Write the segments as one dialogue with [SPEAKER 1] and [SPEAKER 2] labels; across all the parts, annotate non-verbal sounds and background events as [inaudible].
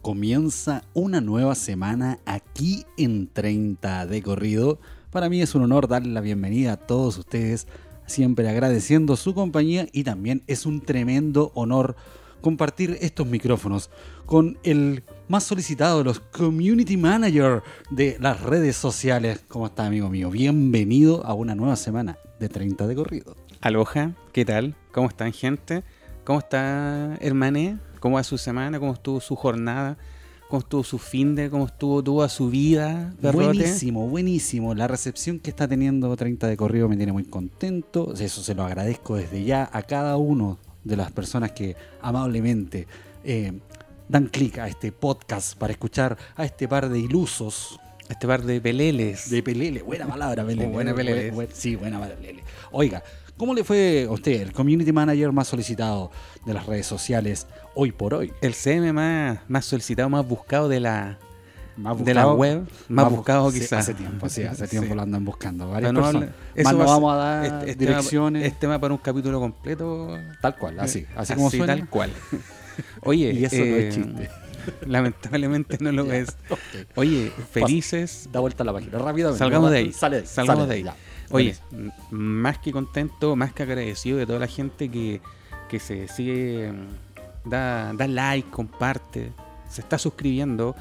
[SPEAKER 1] Comienza una nueva semana aquí en 30 de corrido. Para mí es un honor darle la bienvenida a todos ustedes, siempre agradeciendo su compañía y también es un tremendo honor compartir estos micrófonos con el más solicitado de los community manager de las redes sociales. ¿Cómo está, amigo mío? Bienvenido a una nueva semana de 30 de corrido.
[SPEAKER 2] Aloha, ¿qué tal? ¿Cómo están, gente? ¿Cómo está, hermane? ¿Cómo va su semana? ¿Cómo estuvo su jornada? ¿Cómo estuvo su fin de? ¿Cómo estuvo toda su vida? perrote?
[SPEAKER 1] Buenísimo, buenísimo. La recepción que está teniendo 30 de corrido me tiene muy contento. Eso se lo agradezco desde ya a cada uno de las personas que amablemente eh, dan clic a este podcast para escuchar a este par de ilusos
[SPEAKER 2] Este par de peleles.
[SPEAKER 1] de Pelele. Buena palabra, Pelele.
[SPEAKER 2] Muy buena,
[SPEAKER 1] Bu-
[SPEAKER 2] Pelele.
[SPEAKER 1] bu- sí, buena Pelele. Oiga, ¿cómo le fue a usted, el community manager más solicitado de las redes sociales hoy por hoy?
[SPEAKER 2] El CM más, más solicitado, más buscado de la,
[SPEAKER 1] Más
[SPEAKER 2] de la
[SPEAKER 1] buscado-
[SPEAKER 2] web. Más
[SPEAKER 1] bu-
[SPEAKER 2] buscado
[SPEAKER 1] sí,
[SPEAKER 2] quizás.
[SPEAKER 1] Hace tiempo, sí, hace tiempo
[SPEAKER 2] Sí.
[SPEAKER 1] lo andan buscando. Varias
[SPEAKER 2] No, no,
[SPEAKER 1] personas.
[SPEAKER 2] eso
[SPEAKER 1] Más no
[SPEAKER 2] va a ser-
[SPEAKER 1] vamos a dar
[SPEAKER 2] este- este tema-
[SPEAKER 1] direcciones.
[SPEAKER 2] Este tema para un capítulo completo.
[SPEAKER 1] tal cual, así. Así, como suena.
[SPEAKER 2] tal cual. Oye,
[SPEAKER 1] [laughs] Y eso no es
[SPEAKER 2] eh,
[SPEAKER 1] chiste.
[SPEAKER 2] [laughs] Lamentablemente no lo
[SPEAKER 1] Ya,
[SPEAKER 2] es.
[SPEAKER 1] [laughs] ok.
[SPEAKER 2] Oye, felices.
[SPEAKER 1] Da vuelta a la página. Rápidamente.
[SPEAKER 2] Salgamos de ahí.
[SPEAKER 1] Sale de ahí,
[SPEAKER 2] Salgamos
[SPEAKER 1] sale
[SPEAKER 2] de ahí.
[SPEAKER 1] ya.
[SPEAKER 2] Oye,
[SPEAKER 1] Buenísimo.
[SPEAKER 2] m- más que contento, más que agradecido de toda la gente que, que se sigue, mm, da, da like, comparte, se está suscribiendo.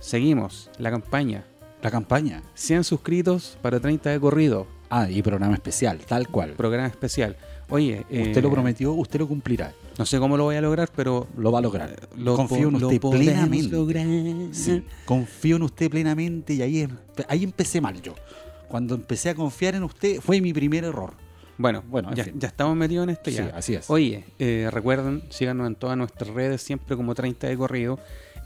[SPEAKER 2] Seguimos la campaña.
[SPEAKER 1] la campaña.
[SPEAKER 2] 100 suscritos para 30 de corrido,
[SPEAKER 1] Ah, y programa especial, tal cual.
[SPEAKER 2] programa especial. Oye,
[SPEAKER 1] usted
[SPEAKER 2] eh,
[SPEAKER 1] lo prometió, usted lo cumplirá.
[SPEAKER 2] No sé cómo lo voy a lograr, pero
[SPEAKER 1] Lo va a lograr.
[SPEAKER 2] eh, lo
[SPEAKER 1] confío en
[SPEAKER 2] po- lo
[SPEAKER 1] usted
[SPEAKER 2] podemos
[SPEAKER 1] plenamente.
[SPEAKER 2] lograr.
[SPEAKER 1] Sí, confío en usted plenamente y ahí, es- ahí empecé mal yo. Cuando empecé a confiar en usted fue mi primer error.
[SPEAKER 2] Bueno,
[SPEAKER 1] Bueno,
[SPEAKER 2] bueno,
[SPEAKER 1] en
[SPEAKER 2] ya,
[SPEAKER 1] fin.
[SPEAKER 2] ya estamos metidos en esto
[SPEAKER 1] Sí,
[SPEAKER 2] ya.
[SPEAKER 1] así es.
[SPEAKER 2] Oye, eh, recuerden, síganos en todas nuestras redes, siempre como 30 de corrido.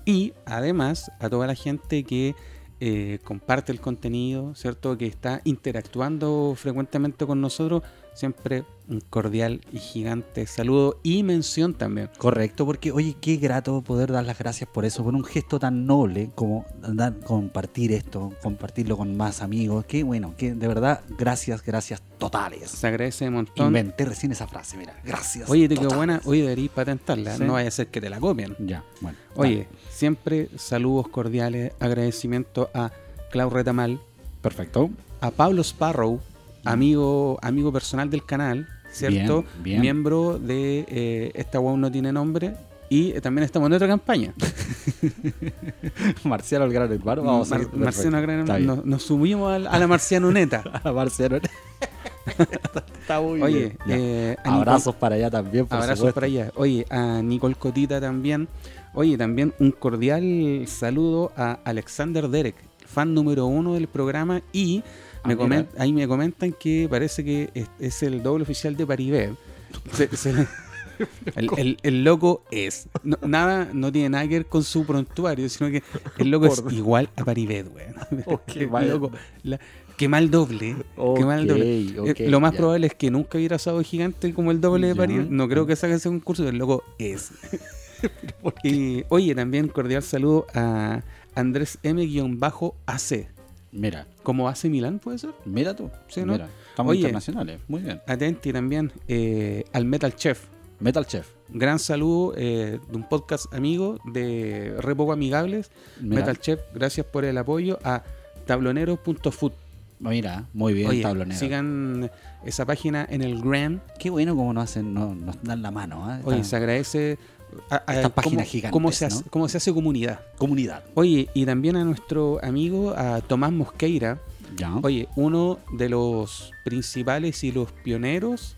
[SPEAKER 2] Y además, a toda la gente que eh, comparte el contenido, ¿cierto? Que está interactuando frecuentemente con nosotros, siempre un cordial y gigante saludo y mención también.
[SPEAKER 1] Correcto, porque oye, qué grato poder dar las gracias por eso, por un gesto tan noble como dar, compartir esto, compartirlo con más amigos. Qué bueno, que de verdad, gracias, gracias totales.
[SPEAKER 2] Se agradece un montón.
[SPEAKER 1] Inventé recién esa frase, mira, gracias.
[SPEAKER 2] Oye, te quedó
[SPEAKER 1] totales.
[SPEAKER 2] buena, oye, deberías patentarla,
[SPEAKER 1] Sí.
[SPEAKER 2] no vaya a ser que te la copien.
[SPEAKER 1] Ya, bueno.
[SPEAKER 2] Oye, siempre saludos cordiales, agradecimiento a Clau Retamal,
[SPEAKER 1] dale. perfecto. [laughs]
[SPEAKER 2] a Pablo Sparrow, amigo, amigo personal del canal, ¿cierto?
[SPEAKER 1] Mm. Bien, bien.
[SPEAKER 2] Miembro de eh, Esta Wow No Tiene Nombre. Y eh, también estamos en otra campaña.
[SPEAKER 1] Marciano el gran hermano, vamos a
[SPEAKER 2] Mar-
[SPEAKER 1] ir-
[SPEAKER 2] Marciano
[SPEAKER 1] perfecto,
[SPEAKER 2] Gran-
[SPEAKER 1] está bien.
[SPEAKER 2] nos, nos subimos al- a, la marcianoneta. [laughs]
[SPEAKER 1] A Marciano. Está- [laughs] está [laughs] muy
[SPEAKER 2] Oye,
[SPEAKER 1] bien. Ya.
[SPEAKER 2] eh, a Nicol-
[SPEAKER 1] Abrazos para allá también, por
[SPEAKER 2] abrazos
[SPEAKER 1] supuesto.
[SPEAKER 2] para allá. Oye, a Nicole Cotita también. Oye, también un cordial saludo a Alexander Derek, fan número uno del programa. Y
[SPEAKER 1] Ah,
[SPEAKER 2] me
[SPEAKER 1] mira.
[SPEAKER 2] comen- ahí me comentan que parece que es, es el doble oficial de Paribé. Se-
[SPEAKER 1] [laughs]
[SPEAKER 2] se- el, el- el loco es. no- nada, no tiene nada que ver con su prontuario, sino que el loco es
[SPEAKER 1] Por-
[SPEAKER 2] igual a Paribé, weón.
[SPEAKER 1] Oh,
[SPEAKER 2] [laughs]
[SPEAKER 1] qué mal.
[SPEAKER 2] qué mal doble. qué mal doble. Eh,
[SPEAKER 1] Ok, ok,
[SPEAKER 2] lo más
[SPEAKER 1] ya.
[SPEAKER 2] probable es que nunca hubiera asado gigante como el doble de
[SPEAKER 1] Ya.
[SPEAKER 2] París. No creo que saque ese concurso, el loco
[SPEAKER 1] [laughs]
[SPEAKER 2] es. y, oye, también cordial saludo a Andrés M-AC.
[SPEAKER 1] Mira,
[SPEAKER 2] Como AC Milán, puede ser.
[SPEAKER 1] mira tú.
[SPEAKER 2] Sí, ¿no?
[SPEAKER 1] mira, estamos
[SPEAKER 2] Oye.
[SPEAKER 1] internacionales. Muy bien.
[SPEAKER 2] Atenti también eh, al Metal Chef.
[SPEAKER 1] Metal Chef.
[SPEAKER 2] Gran saludo eh, de un podcast amigo de Re Poco Amigables.
[SPEAKER 1] Mira,
[SPEAKER 2] Metal Chef, gracias por el apoyo a tablonero.food.
[SPEAKER 1] mira, muy bien,
[SPEAKER 2] Oye,
[SPEAKER 1] tablonero.
[SPEAKER 2] sigan esa página en el Gram.
[SPEAKER 1] Qué bueno como nos hacen, no- nos dan la mano. ¿eh?
[SPEAKER 2] Oye,
[SPEAKER 1] Esta
[SPEAKER 2] se agradece a, a-
[SPEAKER 1] Estas páginas
[SPEAKER 2] cómo-
[SPEAKER 1] gigantes,
[SPEAKER 2] cómo se, hace,
[SPEAKER 1] ¿no?
[SPEAKER 2] cómo se hace comunidad.
[SPEAKER 1] comunidad.
[SPEAKER 2] Oye, y también a nuestro amigo, a Tomás Mosqueira,
[SPEAKER 1] Ya.
[SPEAKER 2] oye, uno de los principales y los pioneros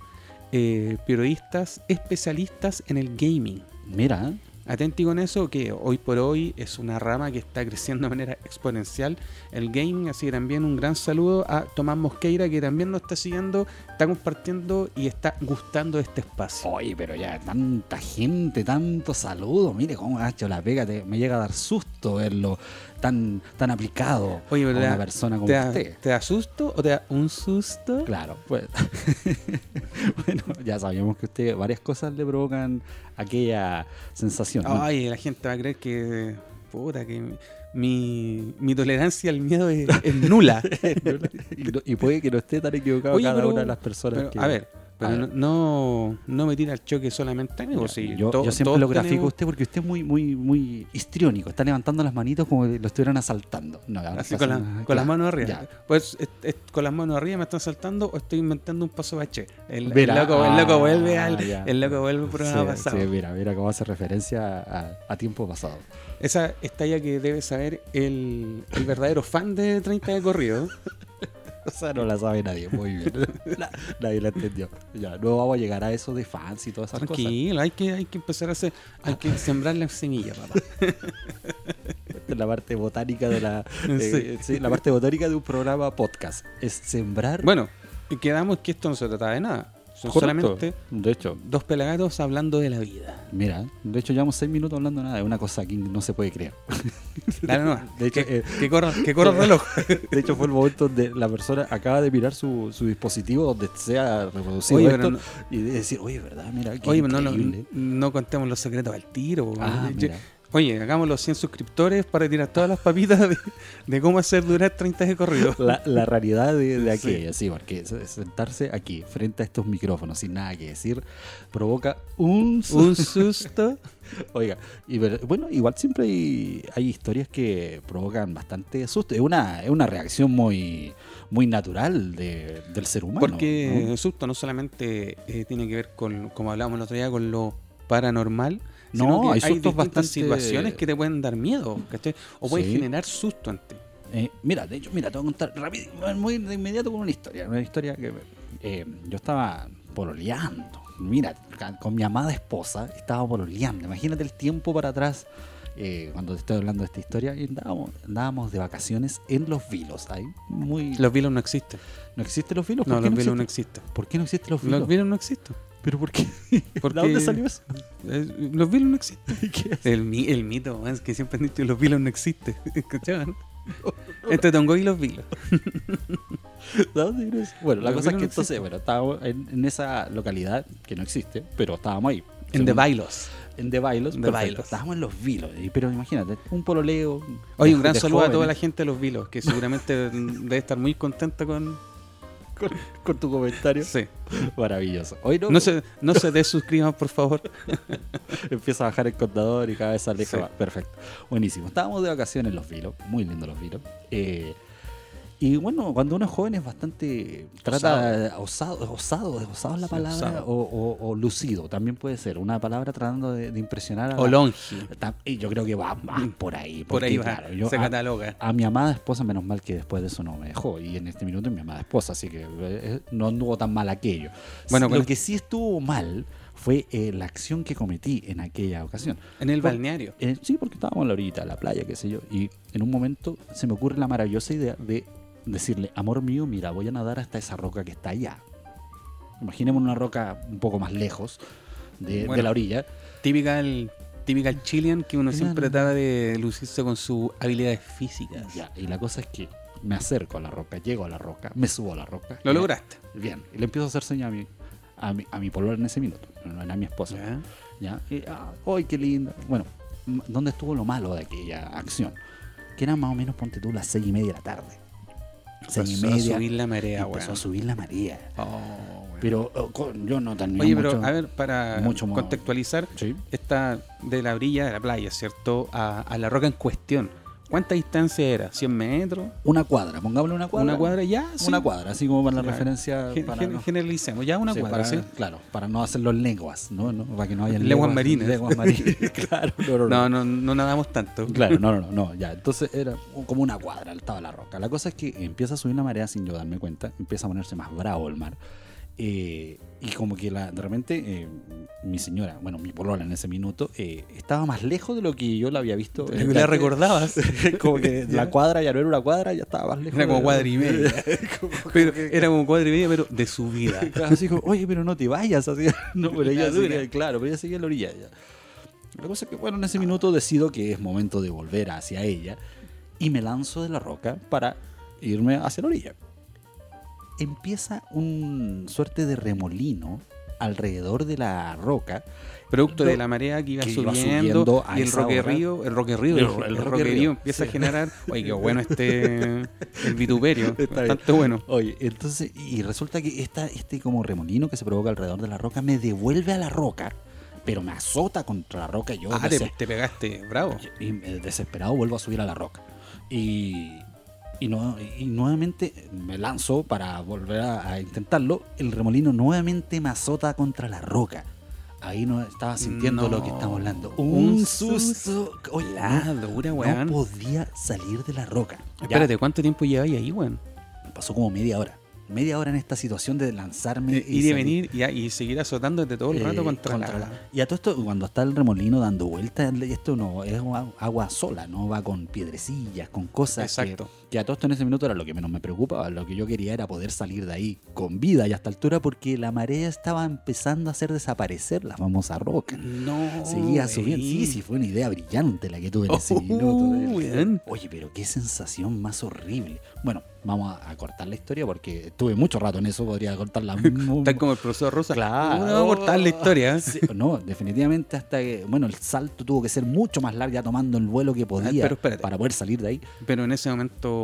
[SPEAKER 2] eh, periodistas especialistas en el gaming.
[SPEAKER 1] Mira, ¿eh?
[SPEAKER 2] Atenti con eso, que hoy por hoy es una rama que está creciendo de manera exponencial el gaming, así que también un gran saludo a Tomás Mosqueira, que también nos está siguiendo, está compartiendo y está gustando este espacio.
[SPEAKER 1] Oye, pero ya, tanta gente, tanto saludo. Mire cómo ha hecho la pega. te- me llega a dar susto verlo tan, tan aplicado
[SPEAKER 2] Oye,
[SPEAKER 1] a
[SPEAKER 2] pero
[SPEAKER 1] una
[SPEAKER 2] da-
[SPEAKER 1] persona como
[SPEAKER 2] ¿Te, da-
[SPEAKER 1] usted.
[SPEAKER 2] te da susto o te da un susto?
[SPEAKER 1] Claro, pues. [laughs] bueno, ya sabíamos que a usted varias cosas le provocan aquella sensación. ¿no?
[SPEAKER 2] Ay, la gente va a creer que. Puta, que mi, mi tolerancia al
[SPEAKER 1] [laughs]
[SPEAKER 2] miedo es, es nula.
[SPEAKER 1] [laughs] y, no- y puede que no esté tan equivocado
[SPEAKER 2] Oye,
[SPEAKER 1] cada
[SPEAKER 2] pero-
[SPEAKER 1] una de las personas
[SPEAKER 2] Pero,
[SPEAKER 1] que.
[SPEAKER 2] a ver,
[SPEAKER 1] A
[SPEAKER 2] Pero no,
[SPEAKER 1] ver.
[SPEAKER 2] no, no me tira el choque solamente. amigo,
[SPEAKER 1] Ya,
[SPEAKER 2] si
[SPEAKER 1] yo,
[SPEAKER 2] Pues to-
[SPEAKER 1] yo siempre
[SPEAKER 2] todos
[SPEAKER 1] lo grafico a
[SPEAKER 2] tenemos-
[SPEAKER 1] usted porque usted es muy, muy, muy histriónico. Está levantando las manitos como que lo estuvieran asaltando. No,
[SPEAKER 2] Así
[SPEAKER 1] no,
[SPEAKER 2] con, la-
[SPEAKER 1] no,
[SPEAKER 2] con
[SPEAKER 1] claro,
[SPEAKER 2] las manos arriba.
[SPEAKER 1] ah, ya.
[SPEAKER 2] Pues es- es- con las manos arriba me están saltando o estoy inventando un paso bache. El, el
[SPEAKER 1] Verá.
[SPEAKER 2] loco, el loco
[SPEAKER 1] Ah,
[SPEAKER 2] vuelve al,
[SPEAKER 1] ya.
[SPEAKER 2] el loco vuelve al programa
[SPEAKER 1] Sí,
[SPEAKER 2] pasado.
[SPEAKER 1] sí, mira, mira cómo hace referencia a, a tiempo
[SPEAKER 2] [laughs]
[SPEAKER 1] pasado.
[SPEAKER 2] Esa estalla que debe saber el, el verdadero fan de 30 de corrido.
[SPEAKER 1] O sea, no la sabe nadie, muy
[SPEAKER 2] [laughs]
[SPEAKER 1] bien. [laughs] Na- nadie la entendió. Ya, no vamos a llegar a eso de fans y todas esas
[SPEAKER 2] Tranquilo, hay que, hay que empezar a hacer, hay que sembrar la semilla, papá. [laughs]
[SPEAKER 1] cosas. Esta es la parte botánica de la,
[SPEAKER 2] [laughs] Sí.
[SPEAKER 1] eh, sí, la parte botánica de un programa podcast. Es sembrar.
[SPEAKER 2] Bueno, y quedamos que esto no se trata de nada. Son
[SPEAKER 1] Correcto.
[SPEAKER 2] solamente
[SPEAKER 1] de hecho,
[SPEAKER 2] dos pelagatos hablando de la vida.
[SPEAKER 1] mira, de hecho llevamos seis minutos hablando nada, es una cosa que no se puede creer.
[SPEAKER 2] Dale
[SPEAKER 1] [laughs]
[SPEAKER 2] nomás,
[SPEAKER 1] De hecho,
[SPEAKER 2] que,
[SPEAKER 1] eh,
[SPEAKER 2] que corra, que corra el reloj.
[SPEAKER 1] De hecho, fue el momento donde la persona acaba de mirar su, su dispositivo donde sea reproducido
[SPEAKER 2] Oye,
[SPEAKER 1] esto
[SPEAKER 2] pero no-
[SPEAKER 1] y de decir, oye, ¿verdad? Mira, [laughs] qué
[SPEAKER 2] Oye, no, no,
[SPEAKER 1] increíble.
[SPEAKER 2] no contemos los secretos al tiro.
[SPEAKER 1] Ah,
[SPEAKER 2] Yo-
[SPEAKER 1] mira.
[SPEAKER 2] Oye, hagamos los 100 suscriptores para tirar todas las papitas de, de cómo hacer durar 30 de corrido.
[SPEAKER 1] La, la realidad de, de
[SPEAKER 2] Sí.
[SPEAKER 1] aquella, sí, porque s- sentarse aquí, frente a estos micrófonos, sin nada que decir, provoca un... su-
[SPEAKER 2] Un susto.
[SPEAKER 1] Oiga, y ver- bueno, igual siempre hay, hay historias que provocan bastante susto. Es una, es una reacción muy, muy natural de- del ser humano.
[SPEAKER 2] Porque
[SPEAKER 1] ¿no?
[SPEAKER 2] el susto no solamente eh, tiene que ver con, como hablábamos el otro día, con lo paranormal.
[SPEAKER 1] No,
[SPEAKER 2] sino que
[SPEAKER 1] hay
[SPEAKER 2] hay
[SPEAKER 1] sustos
[SPEAKER 2] distintas
[SPEAKER 1] bastante-
[SPEAKER 2] situaciones que te pueden dar miedo, ¿cachai? O pueden
[SPEAKER 1] Sí.
[SPEAKER 2] generar susto ante.
[SPEAKER 1] Eh, mira, de hecho, mira, te voy a contar rápido, muy de inmediato con una historia. Una historia que eh, yo estaba pololeando. Mira, ca- con mi amada esposa estaba pololeando. Imagínate el tiempo para atrás eh, cuando te estoy hablando de esta historia. Y andábamos, andábamos de vacaciones en Los Vilos. Ahí muy...
[SPEAKER 2] Los vilos no existen.
[SPEAKER 1] ¿No existen Los Vilos?
[SPEAKER 2] No,
[SPEAKER 1] ¿Por qué
[SPEAKER 2] los vilos no
[SPEAKER 1] existen?
[SPEAKER 2] existen.
[SPEAKER 1] ¿Por qué no existen Los Vilos?
[SPEAKER 2] Los vilos no existen.
[SPEAKER 1] ¿Pero por
[SPEAKER 2] [laughs]
[SPEAKER 1] qué?
[SPEAKER 2] Porque-
[SPEAKER 1] ¿De dónde salió
[SPEAKER 2] [laughs]
[SPEAKER 1] eso?
[SPEAKER 2] Eh, Los vilos
[SPEAKER 1] [laughs]
[SPEAKER 2] no existen.
[SPEAKER 1] ¿Qué?
[SPEAKER 2] El, mi- el mito, man, es que siempre han dicho los vilos no existen. [laughs] ¿Cachaban? Entre Tongo y los vilos.
[SPEAKER 1] ¿De dónde viene eso? Bueno, la
[SPEAKER 2] Los
[SPEAKER 1] cosa es
[SPEAKER 2] Vilos
[SPEAKER 1] que
[SPEAKER 2] no
[SPEAKER 1] entonces, bueno, estábamos en, en esa localidad que no existe, pero estábamos ahí.
[SPEAKER 2] En The
[SPEAKER 1] Según-
[SPEAKER 2] Bailos.
[SPEAKER 1] En The Bailos,
[SPEAKER 2] The
[SPEAKER 1] perfecto.
[SPEAKER 2] Bailos.
[SPEAKER 1] Estábamos en los vilos, eh, pero imagínate, un pololeo.
[SPEAKER 2] Oye,
[SPEAKER 1] de-
[SPEAKER 2] un gran
[SPEAKER 1] de
[SPEAKER 2] saludo a toda la
[SPEAKER 1] jóvenes.
[SPEAKER 2] gente de los vilos,
[SPEAKER 1] [laughs]
[SPEAKER 2] que seguramente debe estar muy contenta con.
[SPEAKER 1] Con, con tu comentario.
[SPEAKER 2] Sí.
[SPEAKER 1] Maravilloso. Hoy no,
[SPEAKER 2] No se, no se desuscriban, por favor.
[SPEAKER 1] empieza a bajar el contador y cada vez se aleja
[SPEAKER 2] Sí.
[SPEAKER 1] más. Perfecto. Buenísimo. Estábamos de vacaciones en los vilos, muy lindo los vilos. Eh, y bueno, cuando uno es joven es bastante. Trata. Osado, osado, osado, es la
[SPEAKER 2] Sí,
[SPEAKER 1] palabra.
[SPEAKER 2] osado.
[SPEAKER 1] O, o- o lucido, también puede ser. Una palabra tratando de, de impresionar a.
[SPEAKER 2] O
[SPEAKER 1] la-
[SPEAKER 2] Longi.
[SPEAKER 1] Tam- y yo creo que va más por ahí.
[SPEAKER 2] Ah. Por
[SPEAKER 1] porque,
[SPEAKER 2] ahí va.
[SPEAKER 1] claro, yo-
[SPEAKER 2] se
[SPEAKER 1] a-
[SPEAKER 2] cataloga.
[SPEAKER 1] [laughs] a mi amada esposa, menos mal que después de eso no me dejó. Y en este minuto es mi amada esposa, así que eh, no anduvo tan mal aquello.
[SPEAKER 2] Bueno,
[SPEAKER 1] Bueno,
[SPEAKER 2] con
[SPEAKER 1] lo
[SPEAKER 2] es-
[SPEAKER 1] que sí estuvo mal fue eh, la acción que cometí en aquella ocasión.
[SPEAKER 2] En el
[SPEAKER 1] Bueno,
[SPEAKER 2] balneario.
[SPEAKER 1] Eh, sí, porque estábamos en la orillita, en la playa, qué sé yo. Y en un momento se me ocurre la maravillosa idea de decirle, amor mío, mira, voy a nadar hasta esa roca que está allá. Imaginemos una roca un poco más lejos de, de
[SPEAKER 2] Bueno,
[SPEAKER 1] la orilla.
[SPEAKER 2] Típica el, típica el Chilean que uno siempre trata de lucirse con sus habilidades físicas.
[SPEAKER 1] Ya, y la cosa es que me acerco a la roca, llego a la roca, me subo a la roca.
[SPEAKER 2] Lo
[SPEAKER 1] y-
[SPEAKER 2] lograste.
[SPEAKER 1] Bien, y le empiezo a hacer señas a mi, a mi, a mi polola en ese minuto, no era mi esposa.
[SPEAKER 2] Ya.
[SPEAKER 1] ¿ya? Y, ah, ¡Ay, qué linda! Bueno, m- ¿dónde estuvo lo malo de aquella acción? Que eran más o menos, ponte tú, las seis y media de la tarde. Seis y
[SPEAKER 2] Empezó a
[SPEAKER 1] media.
[SPEAKER 2] subir la marea,
[SPEAKER 1] empezó
[SPEAKER 2] weón.
[SPEAKER 1] a subir la marea.
[SPEAKER 2] Oh, weón.
[SPEAKER 1] Pero oh, con- yo no terminé
[SPEAKER 2] Oye,
[SPEAKER 1] mucho.
[SPEAKER 2] pero a ver, para
[SPEAKER 1] mucho más-
[SPEAKER 2] contextualizar,
[SPEAKER 1] Sí.
[SPEAKER 2] esta de la orilla de la playa, ¿cierto? A, a la roca en cuestión. ¿Cuánta distancia era? ¿100 metros?
[SPEAKER 1] Una cuadra, pongámosle una cuadra.
[SPEAKER 2] ¿Una cuadra ya? sí.
[SPEAKER 1] Una cuadra, así como para la
[SPEAKER 2] Ya.
[SPEAKER 1] referencia.
[SPEAKER 2] Gen-
[SPEAKER 1] para
[SPEAKER 2] gen-
[SPEAKER 1] no-
[SPEAKER 2] Generalicemos, ya una
[SPEAKER 1] Sí,
[SPEAKER 2] cuadra,
[SPEAKER 1] para-
[SPEAKER 2] ¿sí?
[SPEAKER 1] Claro, para no hacer los lenguas, ¿no? ¿no? Para que no hayan
[SPEAKER 2] Lenguas marinas.
[SPEAKER 1] Lenguas
[SPEAKER 2] [laughs]
[SPEAKER 1] marinas, claro.
[SPEAKER 2] No, no, no nadamos tanto.
[SPEAKER 1] Claro, no,
[SPEAKER 2] [laughs]
[SPEAKER 1] no, no, no, ya. Entonces era un- como una cuadra, estaba la roca. La cosa es que empieza a subir la marea sin yo darme cuenta, empieza a ponerse más bravo el mar. eh, y como que la, de repente eh, mi señora, bueno, mi polola en ese minuto, eh, estaba más lejos de lo que yo la había visto.
[SPEAKER 2] Lo que la recordabas.
[SPEAKER 1] [laughs] Como
[SPEAKER 2] [laughs]
[SPEAKER 1] que la cuadra ya no era una cuadra, ya estaba más lejos.
[SPEAKER 2] Era como
[SPEAKER 1] de-
[SPEAKER 2] cuadra y
[SPEAKER 1] [laughs]
[SPEAKER 2] media. [laughs] Pero era como cuadra y media, pero de subida.
[SPEAKER 1] Claro, así dijo, oye, pero no te vayas. Así, [laughs] no, pero ella
[SPEAKER 2] Dura.
[SPEAKER 1] seguía, claro, pero ella seguía en la orilla. ya. La cosa es que, bueno, en ese minuto decido que es momento de volver hacia ella y me lanzo de la roca para irme hacia la orilla. Empieza un suerte de remolino alrededor de la roca.
[SPEAKER 2] Producto de
[SPEAKER 1] Lo-
[SPEAKER 2] la marea que iba,
[SPEAKER 1] que iba
[SPEAKER 2] subiendo,
[SPEAKER 1] subiendo a
[SPEAKER 2] y el
[SPEAKER 1] esa
[SPEAKER 2] Roque
[SPEAKER 1] hora.
[SPEAKER 2] Río, el Roque Río,
[SPEAKER 1] El-
[SPEAKER 2] dije,
[SPEAKER 1] el
[SPEAKER 2] el,
[SPEAKER 1] Roque
[SPEAKER 2] Roque
[SPEAKER 1] Río.
[SPEAKER 2] Río empieza a generar, oye, qué bueno este, el vituperio,
[SPEAKER 1] Está bien.
[SPEAKER 2] bastante bueno.
[SPEAKER 1] Oye, entonces, y resulta que esta, este como remolino que se provoca alrededor de la roca me devuelve a la roca, pero me azota contra la roca y yo
[SPEAKER 2] Ah, te,
[SPEAKER 1] deses-
[SPEAKER 2] te pegaste, bravo.
[SPEAKER 1] y eh, desesperado vuelvo a subir a la roca. Y, y, no, y nuevamente me lanzo para volver a, a intentarlo. El remolino nuevamente me azota contra la roca. Ahí no estaba sintiendo lo que
[SPEAKER 2] No.
[SPEAKER 1] estamos hablando.
[SPEAKER 2] Un
[SPEAKER 1] Un, susto. Oye, no-
[SPEAKER 2] La dura,
[SPEAKER 1] no,
[SPEAKER 2] Ah, weón.
[SPEAKER 1] podía salir de la roca. Ya,
[SPEAKER 2] Espérate, ¿cuánto tiempo lleváis ahí, weón?
[SPEAKER 1] pasó como media hora. Media hora en esta situación de lanzarme
[SPEAKER 2] Ir y
[SPEAKER 1] salir.
[SPEAKER 2] de venir y, y seguir azotándote todo el
[SPEAKER 1] Eh,
[SPEAKER 2] rato contra, la-
[SPEAKER 1] la- Y a todo esto, cuando está el remolino dando vueltas, esto no es agua- agua sola, no va con piedrecillas, con cosas. que-
[SPEAKER 2] Exacto.
[SPEAKER 1] Que, a todo esto en ese minuto era lo que menos me preocupaba. Lo que yo quería era poder salir de ahí con vida y hasta altura, porque la marea estaba empezando a hacer desaparecer la famosa roca.
[SPEAKER 2] No.
[SPEAKER 1] Seguía
[SPEAKER 2] weón.
[SPEAKER 1] subiendo. Sí, sí, fue una idea brillante la que tuve en ese
[SPEAKER 2] Oh,
[SPEAKER 1] minuto.
[SPEAKER 2] weón.
[SPEAKER 1] Oye, pero qué sensación más horrible. Bueno, vamos a, a cortar la historia porque estuve mucho rato en eso, podría
[SPEAKER 2] [laughs]
[SPEAKER 1] cortarla. mu-
[SPEAKER 2] Tal como el profesor Rosa.
[SPEAKER 1] Claro.
[SPEAKER 2] No, vamos a cortar la historia.
[SPEAKER 1] Sí,
[SPEAKER 2] [laughs]
[SPEAKER 1] [laughs] no, definitivamente hasta que, bueno, el salto tuvo que ser mucho más largo ya tomando el vuelo que podía
[SPEAKER 2] pero espérate.
[SPEAKER 1] para poder salir de ahí.
[SPEAKER 2] Pero en ese momento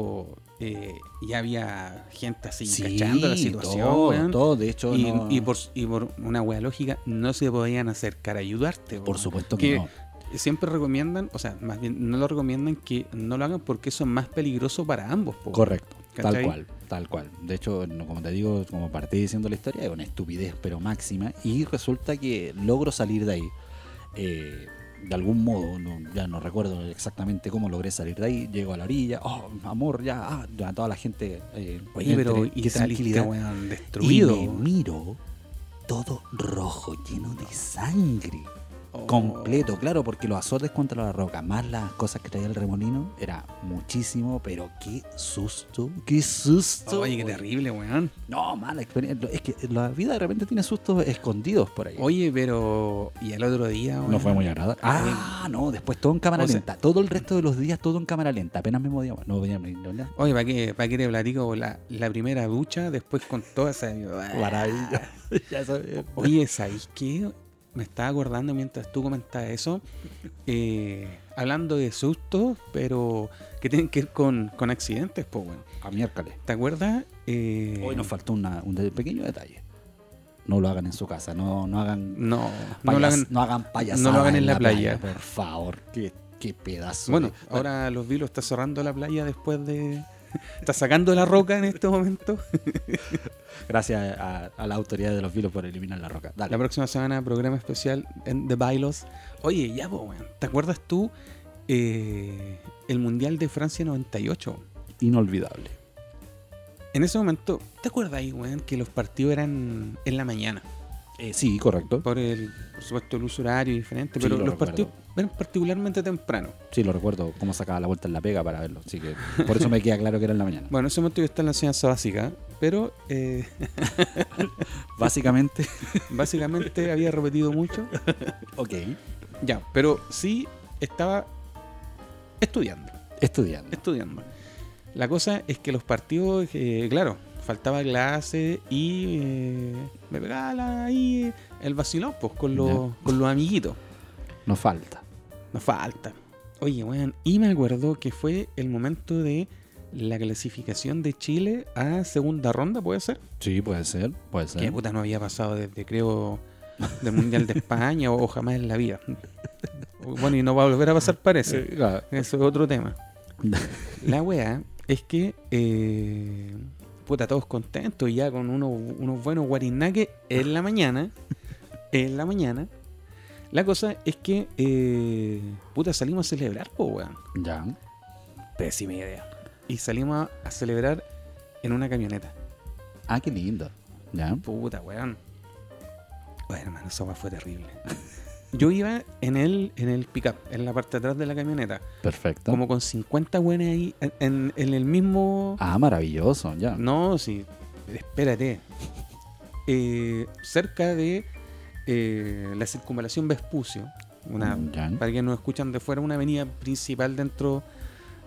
[SPEAKER 2] eh, ya había gente así
[SPEAKER 1] Sí,
[SPEAKER 2] cachando la situación.
[SPEAKER 1] todo,
[SPEAKER 2] weón.
[SPEAKER 1] todo, de hecho,
[SPEAKER 2] y,
[SPEAKER 1] no-
[SPEAKER 2] y por, y por una wea lógica, no se podían acercar a ayudarte.
[SPEAKER 1] por
[SPEAKER 2] weón.
[SPEAKER 1] supuesto que,
[SPEAKER 2] que-
[SPEAKER 1] no.
[SPEAKER 2] Siempre recomiendan, o sea, más bien no lo recomiendan que no lo hagan porque eso es más peligroso para ambos. po.
[SPEAKER 1] Correcto, tal
[SPEAKER 2] ¿Cachai?
[SPEAKER 1] cual, tal cual. De hecho, no, como te digo, como partí diciendo la historia, es una estupidez, pero máxima. Y resulta que logro salir de ahí. eh, de algún modo, no- ya no recuerdo exactamente cómo logré salir de ahí. Llego a la orilla, oh, amor, ya, ah, ya toda la gente. eh,
[SPEAKER 2] Oye, pero
[SPEAKER 1] entre-
[SPEAKER 2] y
[SPEAKER 1] qué
[SPEAKER 2] saliste,
[SPEAKER 1] tranquilidad.
[SPEAKER 2] weón, destruido.
[SPEAKER 1] Y me miro todo rojo, lleno de sangre.
[SPEAKER 2] Oh.
[SPEAKER 1] Completo, claro, porque los azotes contra la roca, más las cosas que traía el remolino, era muchísimo, pero qué susto, qué susto.
[SPEAKER 2] Oye, qué terrible, weón.
[SPEAKER 1] No, mala experiencia. Es que la vida de repente tiene sustos escondidos por ahí.
[SPEAKER 2] Oye, pero. Y el otro día, weón.
[SPEAKER 1] no fue muy agradable. Ah, no, después todo en cámara
[SPEAKER 2] O sea-
[SPEAKER 1] lenta. Todo el resto de los días todo en cámara lenta. Apenas me movía. No, voy a no,
[SPEAKER 2] Oye, ¿para qué, para qué te platico la, la primera ducha después con toda esa.
[SPEAKER 1] Oh, Maravilla. [laughs] Ya sabes.
[SPEAKER 2] Oye, ¿sabéis qué? Me estaba acordando mientras tú comentabas eso. eh, hablando de sustos, pero que tienen que ver con, con accidentes, pues, weón.
[SPEAKER 1] A miércoles.
[SPEAKER 2] ¿Te acuerdas? Eh,
[SPEAKER 1] Hoy nos faltó una- un de- pequeño detalle. No lo hagan en su casa, no, no hagan
[SPEAKER 2] No, no
[SPEAKER 1] payas-
[SPEAKER 2] lo hagan.
[SPEAKER 1] no hagan payasadas
[SPEAKER 2] no lo hagan en la playa.
[SPEAKER 1] Por favor, qué, qué pedazo.
[SPEAKER 2] Bueno,
[SPEAKER 1] de-
[SPEAKER 2] ahora los vilos está cerrando la playa después de. [laughs] Está sacando la roca en este momento.
[SPEAKER 1] gracias a, a la autoridad de los vilos por eliminar la roca. Dale.
[SPEAKER 2] La próxima semana, programa especial en The Bailos. Oye, ya, po, weón. ¿Te acuerdas tú eh, el Mundial de Francia 98?
[SPEAKER 1] Inolvidable.
[SPEAKER 2] En ese momento, ¿te acuerdas ahí, weón, que los partidos eran en la mañana?
[SPEAKER 1] Eh, sí, correcto.
[SPEAKER 2] Por, el, por supuesto, el uso horario
[SPEAKER 1] Sí,
[SPEAKER 2] diferente, pero
[SPEAKER 1] lo
[SPEAKER 2] los
[SPEAKER 1] recuerdo.
[SPEAKER 2] partidos eran particularmente temprano.
[SPEAKER 1] Sí, lo recuerdo cómo sacaba la vuelta en la pega para verlo. Así que por eso me queda claro que era en la mañana.
[SPEAKER 2] Bueno, en ese momento yo estaba en la enseñanza básica, pero eh, [laughs]
[SPEAKER 1] Básicamente.
[SPEAKER 2] básicamente había repetido mucho.
[SPEAKER 1] ok.
[SPEAKER 2] Ya, pero sí estaba estudiando.
[SPEAKER 1] Estudiando.
[SPEAKER 2] estudiando. La cosa es que los partidos, eh, claro, faltaba clase y eh, me pegaba la- ahí el vacilón pues, con, los, con los amiguitos.
[SPEAKER 1] Nos falta.
[SPEAKER 2] No falta. Oye, weón, y me acuerdo que fue el momento de la clasificación de Chile a segunda ronda, ¿puede ser?
[SPEAKER 1] Sí, puede ser. Puede
[SPEAKER 2] Que puta no había pasado desde, creo, del Mundial de España o, o jamás en la vida. Bueno, y no va a volver a pasar, parece.
[SPEAKER 1] Eh, claro.
[SPEAKER 2] Eso es otro [laughs] tema. La weá es que. eh, puta, todos contentos y ya con unos, unos buenos guarinaques en la mañana. En la mañana. La cosa es que. eh, puta, salimos a celebrar, po, weón.
[SPEAKER 1] ya.
[SPEAKER 2] Pésima idea. Y salimos a, a celebrar en una camioneta.
[SPEAKER 1] Ah, qué lindo. Ya.
[SPEAKER 2] Puta, weón. Bueno, hermano, esa weá fue terrible. Yo iba en el, en el pickup, en la parte de atrás de la camioneta.
[SPEAKER 1] Perfecto.
[SPEAKER 2] Como con 50 weones ahí en, en- en el mismo.
[SPEAKER 1] Ah, maravilloso. Ya.
[SPEAKER 2] No, sí, espérate. Eh, cerca de eh, la circunvalación Vespucio, una,
[SPEAKER 1] Mm, ya.
[SPEAKER 2] para que nos escuchan de fuera, una avenida principal dentro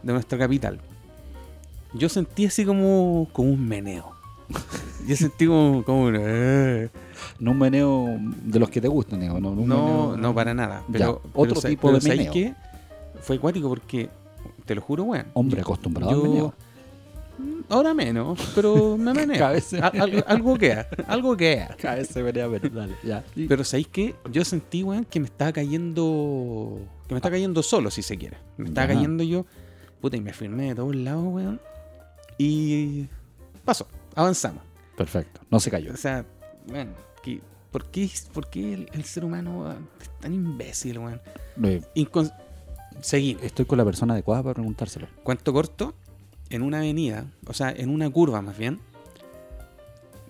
[SPEAKER 2] de nuestra capital. Yo [laughs] sentí así como, como un meneo. Yo sentí como, como un, eh,
[SPEAKER 1] no un meneo de los que te gustan, digo. No, un
[SPEAKER 2] No,
[SPEAKER 1] meneo-
[SPEAKER 2] no para nada. Pero,
[SPEAKER 1] Ya,
[SPEAKER 2] pero
[SPEAKER 1] otro
[SPEAKER 2] sa-
[SPEAKER 1] tipo
[SPEAKER 2] pero
[SPEAKER 1] de
[SPEAKER 2] ¿sabéis
[SPEAKER 1] meneo.
[SPEAKER 2] qué? Fue acuático porque, te lo juro, weón.
[SPEAKER 1] Hombre acostumbrado
[SPEAKER 2] yo- Mm,
[SPEAKER 1] al meneo.
[SPEAKER 2] Ahora menos,
[SPEAKER 1] [laughs]
[SPEAKER 2] pero me meneo.
[SPEAKER 1] Cada vez se-
[SPEAKER 2] Al- algo, algo queda, algo queda.
[SPEAKER 1] [laughs] Cada vez se venía a ver, dale,
[SPEAKER 2] [laughs]
[SPEAKER 1] ya. Y-
[SPEAKER 2] Pero ¿sabéis qué? Yo sentí, weón, que me estaba cayendo. Que me estaba cayendo solo, si se quiere. Me estaba
[SPEAKER 1] Ya.
[SPEAKER 2] cayendo yo. Puta, y me firmé de todos lados, weón. Y. Pasó, avanzamos.
[SPEAKER 1] Perfecto, no se cayó.
[SPEAKER 2] O sea, weón, que- ¿por qué, por qué el, el ser humano weón, es tan imbécil, weón?
[SPEAKER 1] Eh,
[SPEAKER 2] Incon- Seguí.
[SPEAKER 1] Estoy con la persona adecuada para preguntárselo.
[SPEAKER 2] ¿Cuánto corto? En una avenida, o sea, en una curva más bien,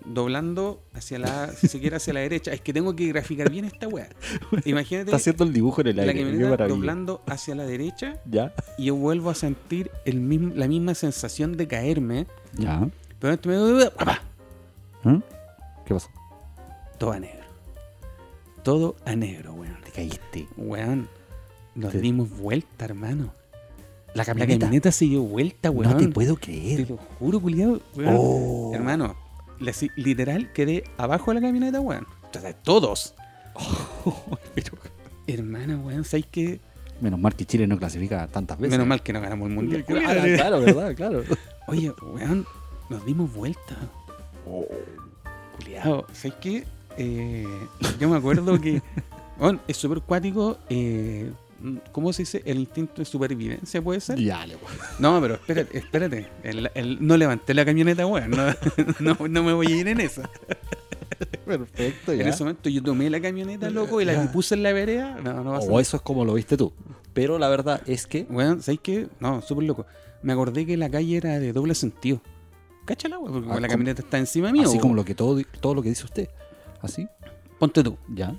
[SPEAKER 2] doblando hacia la, si se quiere, hacia la derecha. Es que tengo que graficar bien
[SPEAKER 1] [laughs]
[SPEAKER 2] esta weá. Imagínate
[SPEAKER 1] Está haciendo el dibujo en el
[SPEAKER 2] la
[SPEAKER 1] aire. Qué
[SPEAKER 2] camioneta
[SPEAKER 1] maravilla.
[SPEAKER 2] doblando hacia la derecha
[SPEAKER 1] Ya,
[SPEAKER 2] y yo vuelvo a sentir el mismo, la misma sensación de caerme,
[SPEAKER 1] ya.
[SPEAKER 2] pero en este medio, ¡papá!
[SPEAKER 1] ¿Mm? ¿Qué pasó?
[SPEAKER 2] Todo a negro. Todo a negro, weón.
[SPEAKER 1] Te caíste.
[SPEAKER 2] Weón, nos
[SPEAKER 1] Te-
[SPEAKER 2] dimos vuelta, hermano.
[SPEAKER 1] La
[SPEAKER 2] La
[SPEAKER 1] camioneta.
[SPEAKER 2] camioneta se dio vuelta, weón.
[SPEAKER 1] no te puedo
[SPEAKER 2] Te
[SPEAKER 1] creer.
[SPEAKER 2] lo juro, culiado. weón.
[SPEAKER 1] Oh. [laughs]
[SPEAKER 2] Hermano, la- si- literal quedé abajo de la camioneta, weón. O sea, Todos. Hermano, weón, ¿sabes qué?
[SPEAKER 1] Menos mal que Chile no clasifica tantas veces.
[SPEAKER 2] Menos mal que no ganamos el mundial. [laughs]
[SPEAKER 1] Claro, claro, verdad, claro.
[SPEAKER 2] Oye, weón, nos dimos vuelta. Oh, Culiado, ¿sabes qué? Eh, yo me acuerdo que. weón, es súper cuático. eh, ¿Cómo se dice? El instinto de supervivencia, ¿puede ser?
[SPEAKER 1] Ya, le
[SPEAKER 2] No, pero espérate, espérate. El- el- no levanté la camioneta, weón. No, [laughs] no, no me voy a ir en esa.
[SPEAKER 1] [laughs] Perfecto,
[SPEAKER 2] En
[SPEAKER 1] ya.
[SPEAKER 2] ese momento yo tomé la camioneta, loco, y la
[SPEAKER 1] Ya.
[SPEAKER 2] puse en la vereda. No, no va a
[SPEAKER 1] O Oh, eso es como lo viste tú. Pero la verdad es que.
[SPEAKER 2] Weón, ¿sabes qué? No, súper loco. Me acordé que la calle era de doble sentido. Cáchala, weón, porque
[SPEAKER 1] Ah,
[SPEAKER 2] la
[SPEAKER 1] ¿cómo?
[SPEAKER 2] camioneta está encima mío.
[SPEAKER 1] así como
[SPEAKER 2] weón.
[SPEAKER 1] lo que todo, todo lo que dice usted. Así,
[SPEAKER 2] Ponte tú.
[SPEAKER 1] ya.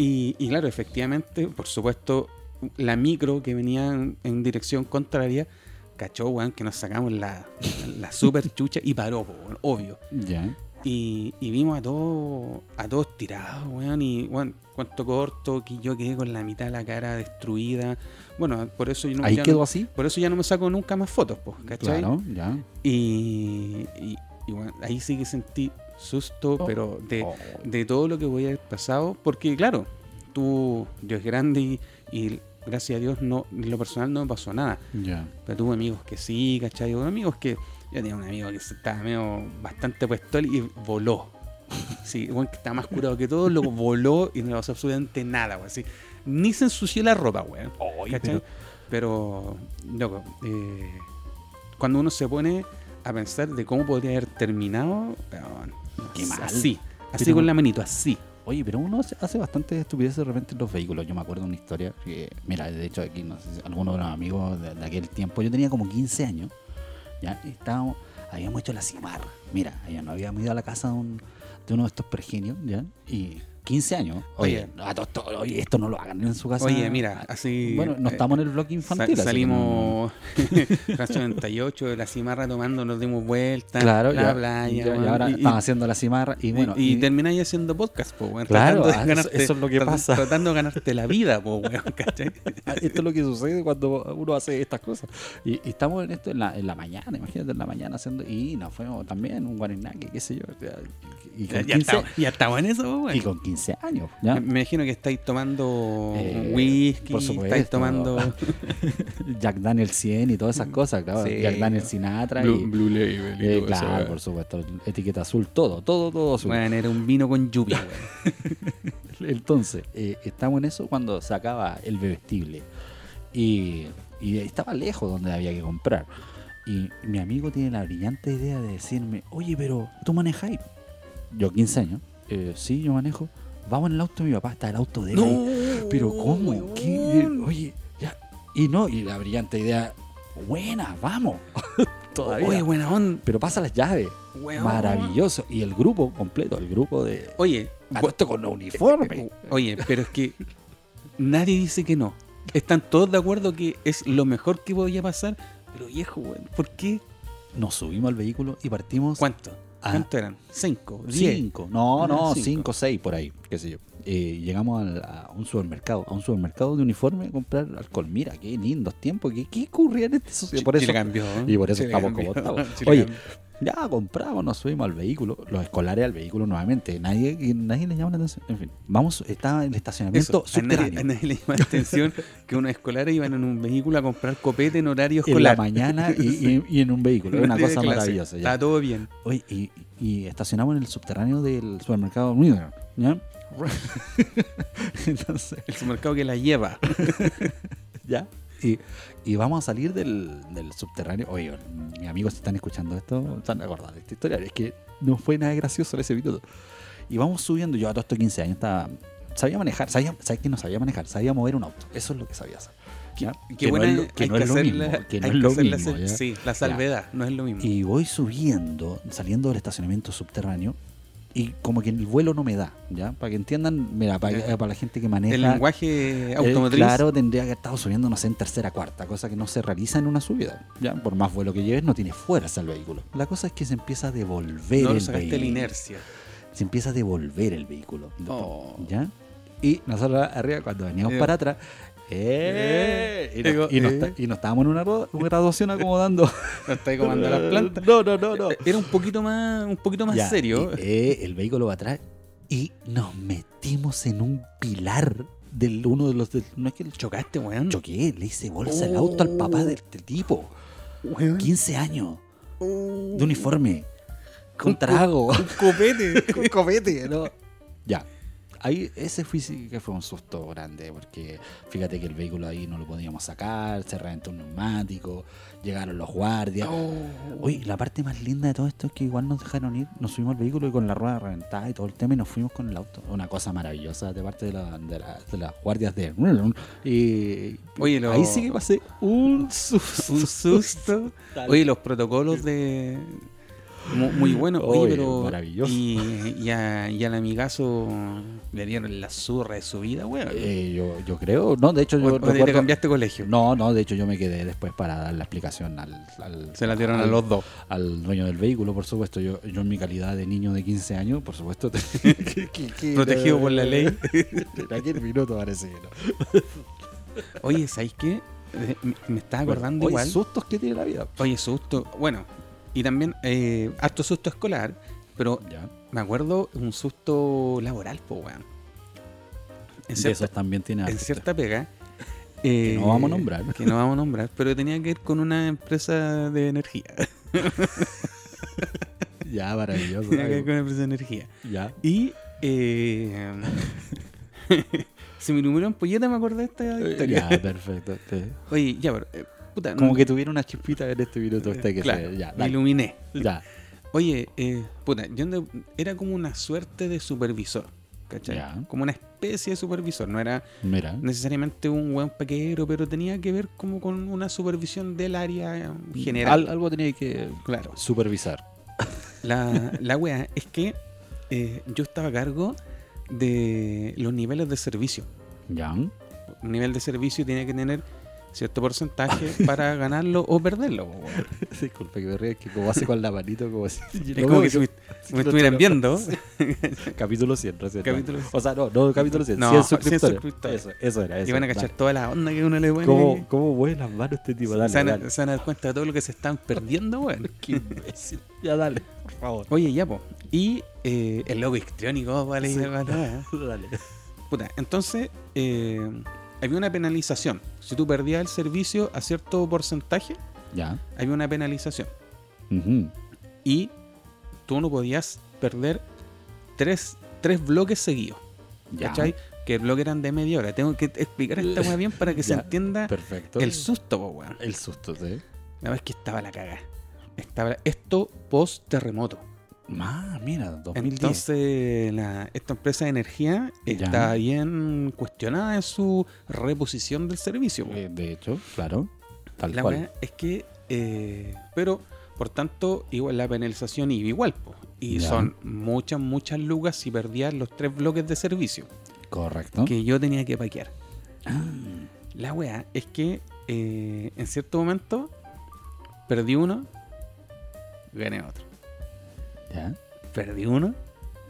[SPEAKER 2] Y, y claro, efectivamente, por supuesto, la micro que venía en, en dirección contraria, cachó, weón, que nos sacamos la, la super chucha y paró, po, weón, obvio.
[SPEAKER 1] Ya.
[SPEAKER 2] Y, y vimos a todos a todos tirados, weón, y weón, cuánto corto, que yo quedé con la mitad de la cara destruida. Bueno, por eso yo no,
[SPEAKER 1] Ahí
[SPEAKER 2] ya
[SPEAKER 1] quedó
[SPEAKER 2] no-
[SPEAKER 1] así.
[SPEAKER 2] por eso ya no me saco nunca más fotos, po, ¿cachai?
[SPEAKER 1] Claro, ya.
[SPEAKER 2] Y, y- y bueno, ahí sí que sentí susto,
[SPEAKER 1] Oh.
[SPEAKER 2] pero de,
[SPEAKER 1] Oh.
[SPEAKER 2] de todo lo que voy a haber pasado, porque claro, tú, yo es grande y, y gracias a Dios no, en lo personal no me pasó nada,
[SPEAKER 1] Ya.
[SPEAKER 2] pero tuve amigos que sí, ¿cachai? Hubo amigos que, yo tenía un amigo que se estaba medio bastante puesto y
[SPEAKER 1] [laughs]
[SPEAKER 2] voló. Sí, bueno, que estaba más curado que todo, luego voló y no le pasó absolutamente nada, weón. así. Ni se ensució la ropa, weón. ¿Cachai? Pero, loco, eh, cuando uno se pone a pensar de cómo podría haber terminado, weón,
[SPEAKER 1] Qué mal.
[SPEAKER 2] así, así
[SPEAKER 1] Pero-
[SPEAKER 2] con la manito, así.
[SPEAKER 1] Oye, pero uno hace, hace bastante estupidez de repente en los vehículos. Yo me acuerdo de una historia que, mira, de hecho aquí, no sé si alguno de los amigos de, de aquel tiempo, yo tenía como 15 años, ya, y estábamos, habíamos hecho la cimarra. Mira, ya no habíamos ido a la casa de, un- de uno de estos pergenios, ya, y 15 años. Oye, a to- to- oye, esto no lo hagan en su casa. Ah,
[SPEAKER 2] Oye, mira, así.
[SPEAKER 1] Bueno, no
[SPEAKER 2] eh,
[SPEAKER 1] estamos en el blog
[SPEAKER 2] sa-
[SPEAKER 1] infantil. así que no-
[SPEAKER 2] salimos [laughs] Rancho 98 de la cimarra tomando, nos dimos vueltas.
[SPEAKER 1] Claro,
[SPEAKER 2] la
[SPEAKER 1] ya,
[SPEAKER 2] playa.
[SPEAKER 1] ya- y
[SPEAKER 2] weón,
[SPEAKER 1] ahora
[SPEAKER 2] y- y-
[SPEAKER 1] estamos haciendo la cimarra y bueno.
[SPEAKER 2] y, y termináis haciendo podcast, po, weón,
[SPEAKER 1] Claro,
[SPEAKER 2] tratando de
[SPEAKER 1] ah, eso-
[SPEAKER 2] ganarte-
[SPEAKER 1] eso es lo que
[SPEAKER 2] trat-
[SPEAKER 1] pasa.
[SPEAKER 2] Tratando de ganarte la vida, po, weón, ¿cachai?
[SPEAKER 1] Ah, [laughs] Esto es lo que sucede cuando uno hace estas cosas. Y, y estamos en esto en la, en la mañana, imagínate, en la mañana haciendo. Y nos fuimos también un guarenaque, qué sé yo. ya, Y
[SPEAKER 2] Ya,
[SPEAKER 1] con,
[SPEAKER 2] [laughs] ya
[SPEAKER 1] 15,
[SPEAKER 2] Em, estaba, ya estaba en eso, po, weón.
[SPEAKER 1] y con 15 años, ¿ya?
[SPEAKER 2] Me- Me imagino que estáis tomando
[SPEAKER 1] Eh,
[SPEAKER 2] whisky,
[SPEAKER 1] por supuesto. [laughs]
[SPEAKER 2] estáis tomando
[SPEAKER 1] [laughs] Jack Daniel 100 y todas esas cosas, claro.
[SPEAKER 2] Sí.
[SPEAKER 1] Jack Daniel Sinatra y.
[SPEAKER 2] Label
[SPEAKER 1] eh, claro, por supuesto. Etiqueta azul, todo, todo, todo azul.
[SPEAKER 2] Bueno, era un vino con lluvia,
[SPEAKER 1] [laughs]
[SPEAKER 2] weón.
[SPEAKER 1] Entonces, eh, estamos en eso cuando se acaba el bebestible. Y, y estaba lejos donde había que comprar. Y mi amigo tiene la brillante idea de decirme, oye, pero tú manejáis. Yo, 15 años. "Eh, sí, yo manejo. Vamos en el auto de mi papá, está el auto de él. ahí". Pero ¿cómo? ¿Qué?
[SPEAKER 2] weón.
[SPEAKER 1] Oye, ya. Y no, y la brillante idea, buena, vamos. [laughs] Todavía.
[SPEAKER 2] Oye, buena onda,
[SPEAKER 1] pero pasa las llaves.
[SPEAKER 2] weón.
[SPEAKER 1] Maravilloso. Ah, Y el grupo completo, el grupo de...
[SPEAKER 2] Oye,
[SPEAKER 1] Puesto con uniforme.
[SPEAKER 2] oye, pero es que nadie dice que no. Están todos de acuerdo que es lo mejor que podía pasar. Pero viejo, weón, ¿por qué?
[SPEAKER 1] nos subimos al vehículo y partimos
[SPEAKER 2] ¿Cuánto?
[SPEAKER 1] Ah.
[SPEAKER 2] ¿Cuánto eran? ¿Cinco? ¿Diez?
[SPEAKER 1] cinco. No,
[SPEAKER 2] No,
[SPEAKER 1] no,
[SPEAKER 2] cinco.
[SPEAKER 1] cinco, seis por ahí, qué sé yo. eh, llegamos al- a un supermercado, a un supermercado de uniforme a comprar alcohol. Mira, qué lindos tiempos, qué, qué ocurría en este
[SPEAKER 2] Ch-
[SPEAKER 1] socio- Por eso,
[SPEAKER 2] Chile cambió. ¿eh?
[SPEAKER 1] y por eso
[SPEAKER 2] Chile
[SPEAKER 1] estamos como
[SPEAKER 2] cambió.
[SPEAKER 1] estamos.
[SPEAKER 2] [laughs] Chile
[SPEAKER 1] Oye,
[SPEAKER 2] cambió.
[SPEAKER 1] ya compramos, nos subimos al vehículo, los escolares al vehículo nuevamente. Nadie, y nadie le llama la atención. En fin, vamos, estaba en el estacionamiento
[SPEAKER 2] Eso, a nadie,
[SPEAKER 1] subterráneo.
[SPEAKER 2] a nadie le llama
[SPEAKER 1] [laughs]
[SPEAKER 2] la atención que unos escolares iban en un vehículo a comprar copete en horario
[SPEAKER 1] en la
[SPEAKER 2] escolar.
[SPEAKER 1] mañana [laughs] y, y- y en un vehículo. Es una
[SPEAKER 2] [laughs] Nadie de
[SPEAKER 1] cosa
[SPEAKER 2] clase.
[SPEAKER 1] maravillosa. ya.
[SPEAKER 2] Está todo bien.
[SPEAKER 1] Oye, y, y estacionamos en el subterráneo del supermercado Midland, [laughs] ¿ya? Entonces,
[SPEAKER 2] El supermercado que la lleva.
[SPEAKER 1] ya. Y, y vamos a salir del, del subterráneo. Oye, mis amigos si están escuchando esto, están acordando de esta historia. Es que no fue nada gracioso en ese minuto. Y vamos subiendo. Yo a todos estos 15 años estaba. Sabía manejar, sabía, sabía que no sabía manejar, sabía mover un auto. Eso es lo que sabía hacer. ¿ya?
[SPEAKER 2] Qué
[SPEAKER 1] [laughs] Que no
[SPEAKER 2] buena.
[SPEAKER 1] es lo- que
[SPEAKER 2] hay
[SPEAKER 1] no es lo
[SPEAKER 2] hacer
[SPEAKER 1] mismo,
[SPEAKER 2] la-
[SPEAKER 1] que no
[SPEAKER 2] hay
[SPEAKER 1] es lo
[SPEAKER 2] hacer la-
[SPEAKER 1] mismo, ya.
[SPEAKER 2] Sí, la salvedad. No es lo mismo.
[SPEAKER 1] Y voy subiendo, saliendo del estacionamiento subterráneo. Y como que el vuelo no me da, ¿ya? Para que entiendan, mira, para,
[SPEAKER 2] Ya.
[SPEAKER 1] para la gente que maneja.
[SPEAKER 2] el lenguaje
[SPEAKER 1] Eh,
[SPEAKER 2] automotriz.
[SPEAKER 1] Claro, tendría que haber estado subiendo, no sé, en tercera, cuarta, cosa que no se realiza en una subida. ¿ya? Por más vuelo que lleves, no tiene fuerza el vehículo. La cosa es que se empieza a devolver
[SPEAKER 2] no
[SPEAKER 1] el
[SPEAKER 2] lo sacaste de la
[SPEAKER 1] vehículo.
[SPEAKER 2] inercia.
[SPEAKER 1] Se empieza a devolver el vehículo.
[SPEAKER 2] Oh.
[SPEAKER 1] ¿Ya? Y nosotros arriba, cuando veníamos
[SPEAKER 2] Eh.
[SPEAKER 1] para atrás, ¡eh! y, no,
[SPEAKER 2] Digo,
[SPEAKER 1] y no
[SPEAKER 2] eh.
[SPEAKER 1] está- y no estábamos en una ro- graduación
[SPEAKER 2] [laughs]
[SPEAKER 1] acomodando.
[SPEAKER 2] No está
[SPEAKER 1] [laughs]
[SPEAKER 2] ahí comando las plantas. Eh,
[SPEAKER 1] No, no, no, no.
[SPEAKER 2] Era un poquito más, un poquito más
[SPEAKER 1] Ya,
[SPEAKER 2] serio.
[SPEAKER 1] y, eh, el vehículo va atrás y nos metimos en un pilar del uno de los. del- no es que el
[SPEAKER 2] Chocaste, Este weón.
[SPEAKER 1] Choqué, le hice bolsa el auto al
[SPEAKER 2] Oh.
[SPEAKER 1] papá de este tipo. 15 años, de uniforme,
[SPEAKER 2] [laughs]
[SPEAKER 1] con trago,
[SPEAKER 2] Un copete.
[SPEAKER 1] [laughs] con copete, ¿no? Ya. Ahí, ese fue, sí que fue un susto grande, porque fíjate que el vehículo ahí no lo podíamos sacar, se reventó un neumático, llegaron los guardias.
[SPEAKER 2] Oh.
[SPEAKER 1] Oye, la parte más linda de todo esto es que igual nos dejaron ir, nos subimos al vehículo y con la rueda reventada y todo el tema y nos fuimos con el auto. Una cosa maravillosa de parte de, la- de la- de las guardias de... [laughs] Y,
[SPEAKER 2] Oye, lo-
[SPEAKER 1] Ahí sí que pasé un susto.
[SPEAKER 2] [laughs] Un susto. Oye, los protocolos de. Muy, muy buenos. Oye,
[SPEAKER 1] Oye,
[SPEAKER 2] pero.
[SPEAKER 1] maravilloso.
[SPEAKER 2] Y, y a- y al amigazo le dieron la zurra de su vida, weón.
[SPEAKER 1] Eh, yo, yo creo, no, de hecho
[SPEAKER 2] O-
[SPEAKER 1] yo
[SPEAKER 2] o te
[SPEAKER 1] recuerdo-
[SPEAKER 2] cambiaste colegio.
[SPEAKER 1] No, no, de hecho yo me quedé después para dar la explicación al, al-
[SPEAKER 2] Se la dieron a
[SPEAKER 1] al-
[SPEAKER 2] los dos.
[SPEAKER 1] al dueño del vehículo, por supuesto. Yo, yo en mi calidad de niño de 15 años, por supuesto, [laughs] tenía que- que- que-
[SPEAKER 2] Protegido por
[SPEAKER 1] [laughs]
[SPEAKER 2] la ley.
[SPEAKER 1] En aquel minuto parece que no.
[SPEAKER 2] Oye, ¿sabes qué? Eh, Me, me estaba acordando
[SPEAKER 1] Oye,
[SPEAKER 2] igual.
[SPEAKER 1] sustos que tiene la vida.
[SPEAKER 2] Oye, susto. Bueno, y también eh, harto susto escolar, pero
[SPEAKER 1] Ya.
[SPEAKER 2] me acuerdo un susto laboral, po, weón. En
[SPEAKER 1] De
[SPEAKER 2] cierta,
[SPEAKER 1] esos también tiene
[SPEAKER 2] en
[SPEAKER 1] harto.
[SPEAKER 2] cierta pega.
[SPEAKER 1] Ah, Que
[SPEAKER 2] eh,
[SPEAKER 1] no vamos a nombrar.
[SPEAKER 2] Que no vamos a nombrar, pero tenía que ir con una empresa de energía.
[SPEAKER 1] [laughs] [laughs] Ya, maravilloso.
[SPEAKER 2] tenía que ir con una empresa de energía.
[SPEAKER 1] ya.
[SPEAKER 2] Y. eh, [laughs] se me iluminó en polleta, me acordé de esta historia.
[SPEAKER 1] Eh, Ya, perfecto. Sí.
[SPEAKER 2] Oye, ya, pero. eh, puta,
[SPEAKER 1] Como
[SPEAKER 2] no-
[SPEAKER 1] que tuviera una chispita en este minuto este que
[SPEAKER 2] claro,
[SPEAKER 1] se... Ya,
[SPEAKER 2] me
[SPEAKER 1] dale.
[SPEAKER 2] iluminé.
[SPEAKER 1] ya.
[SPEAKER 2] Oye, eh, puta, yo ande- era como una suerte de supervisor, ¿cachai?
[SPEAKER 1] Ya.
[SPEAKER 2] Como una especie de supervisor, no era
[SPEAKER 1] Mira.
[SPEAKER 2] necesariamente un buen paquero, pero tenía que ver como con una supervisión del área general.
[SPEAKER 1] Al- algo tenía que
[SPEAKER 2] claro.
[SPEAKER 1] supervisar.
[SPEAKER 2] La, la wea es que eh, yo estaba a cargo de los niveles de servicio.
[SPEAKER 1] Ya.
[SPEAKER 2] Un nivel de servicio tiene que tener
[SPEAKER 1] [laughs]
[SPEAKER 2] cierto porcentaje para ganarlo o perderlo. po, weón.
[SPEAKER 1] [laughs] Disculpe que me ríe, que como hace con la manito, como si. [laughs]
[SPEAKER 2] Es como que si me, si me estuvieran viendo.
[SPEAKER 1] Capítulo 100, recién.
[SPEAKER 2] Capítulo
[SPEAKER 1] O sea, no, no, capítulo 100.
[SPEAKER 2] No,
[SPEAKER 1] 100
[SPEAKER 2] 100
[SPEAKER 1] suscriptores.
[SPEAKER 2] suscriptores.
[SPEAKER 1] Eso, eso era, eso.
[SPEAKER 2] Y van a
[SPEAKER 1] dale.
[SPEAKER 2] cachar toda la onda que uno le pone.
[SPEAKER 1] ¿Cómo, cómo mueve las manos este tipo? Dale,
[SPEAKER 2] se, van a,
[SPEAKER 1] dale.
[SPEAKER 2] se van a dar cuenta de todo lo que se están perdiendo, weón.
[SPEAKER 1] Qué imbécil. Ya, dale, por favor.
[SPEAKER 2] Oye, ya, po. Y eh, el logo histriónico, vale,
[SPEAKER 1] Sí.
[SPEAKER 2] vale, vale.
[SPEAKER 1] [laughs] Dale.
[SPEAKER 2] Puta, entonces eh, había una penalización. Si tú perdías el servicio a cierto porcentaje,
[SPEAKER 1] Ya.
[SPEAKER 2] había una penalización.
[SPEAKER 1] Ujú.
[SPEAKER 2] Y tú no podías perder tres, tres bloques seguidos.
[SPEAKER 1] Ya.
[SPEAKER 2] ¿Cachai? Que el bloque eran de media hora. Tengo que explicar esta weá bien para que se
[SPEAKER 1] Ya.
[SPEAKER 2] entienda
[SPEAKER 1] Perfecto.
[SPEAKER 2] el susto, po, weón.
[SPEAKER 1] El susto, ¿sí?
[SPEAKER 2] La vez que estaba la cagada. Estaba esto post terremoto.
[SPEAKER 1] Ma, mira, 2010.
[SPEAKER 2] Entonces, la- esta empresa de energía
[SPEAKER 1] Ya.
[SPEAKER 2] está bien cuestionada en su reposición del servicio. po.
[SPEAKER 1] Eh, de hecho, claro. Tal
[SPEAKER 2] la
[SPEAKER 1] cual.
[SPEAKER 2] weá es que, eh, pero por tanto, igual la penalización iba igual. po. Y
[SPEAKER 1] Ya.
[SPEAKER 2] son muchas, muchas lucas si perdías los tres bloques de servicio
[SPEAKER 1] Correcto. Ah,
[SPEAKER 2] que yo tenía que paquear. La weá es que eh, en cierto momento perdí uno, gané otro.
[SPEAKER 1] Ya.
[SPEAKER 2] Perdí uno,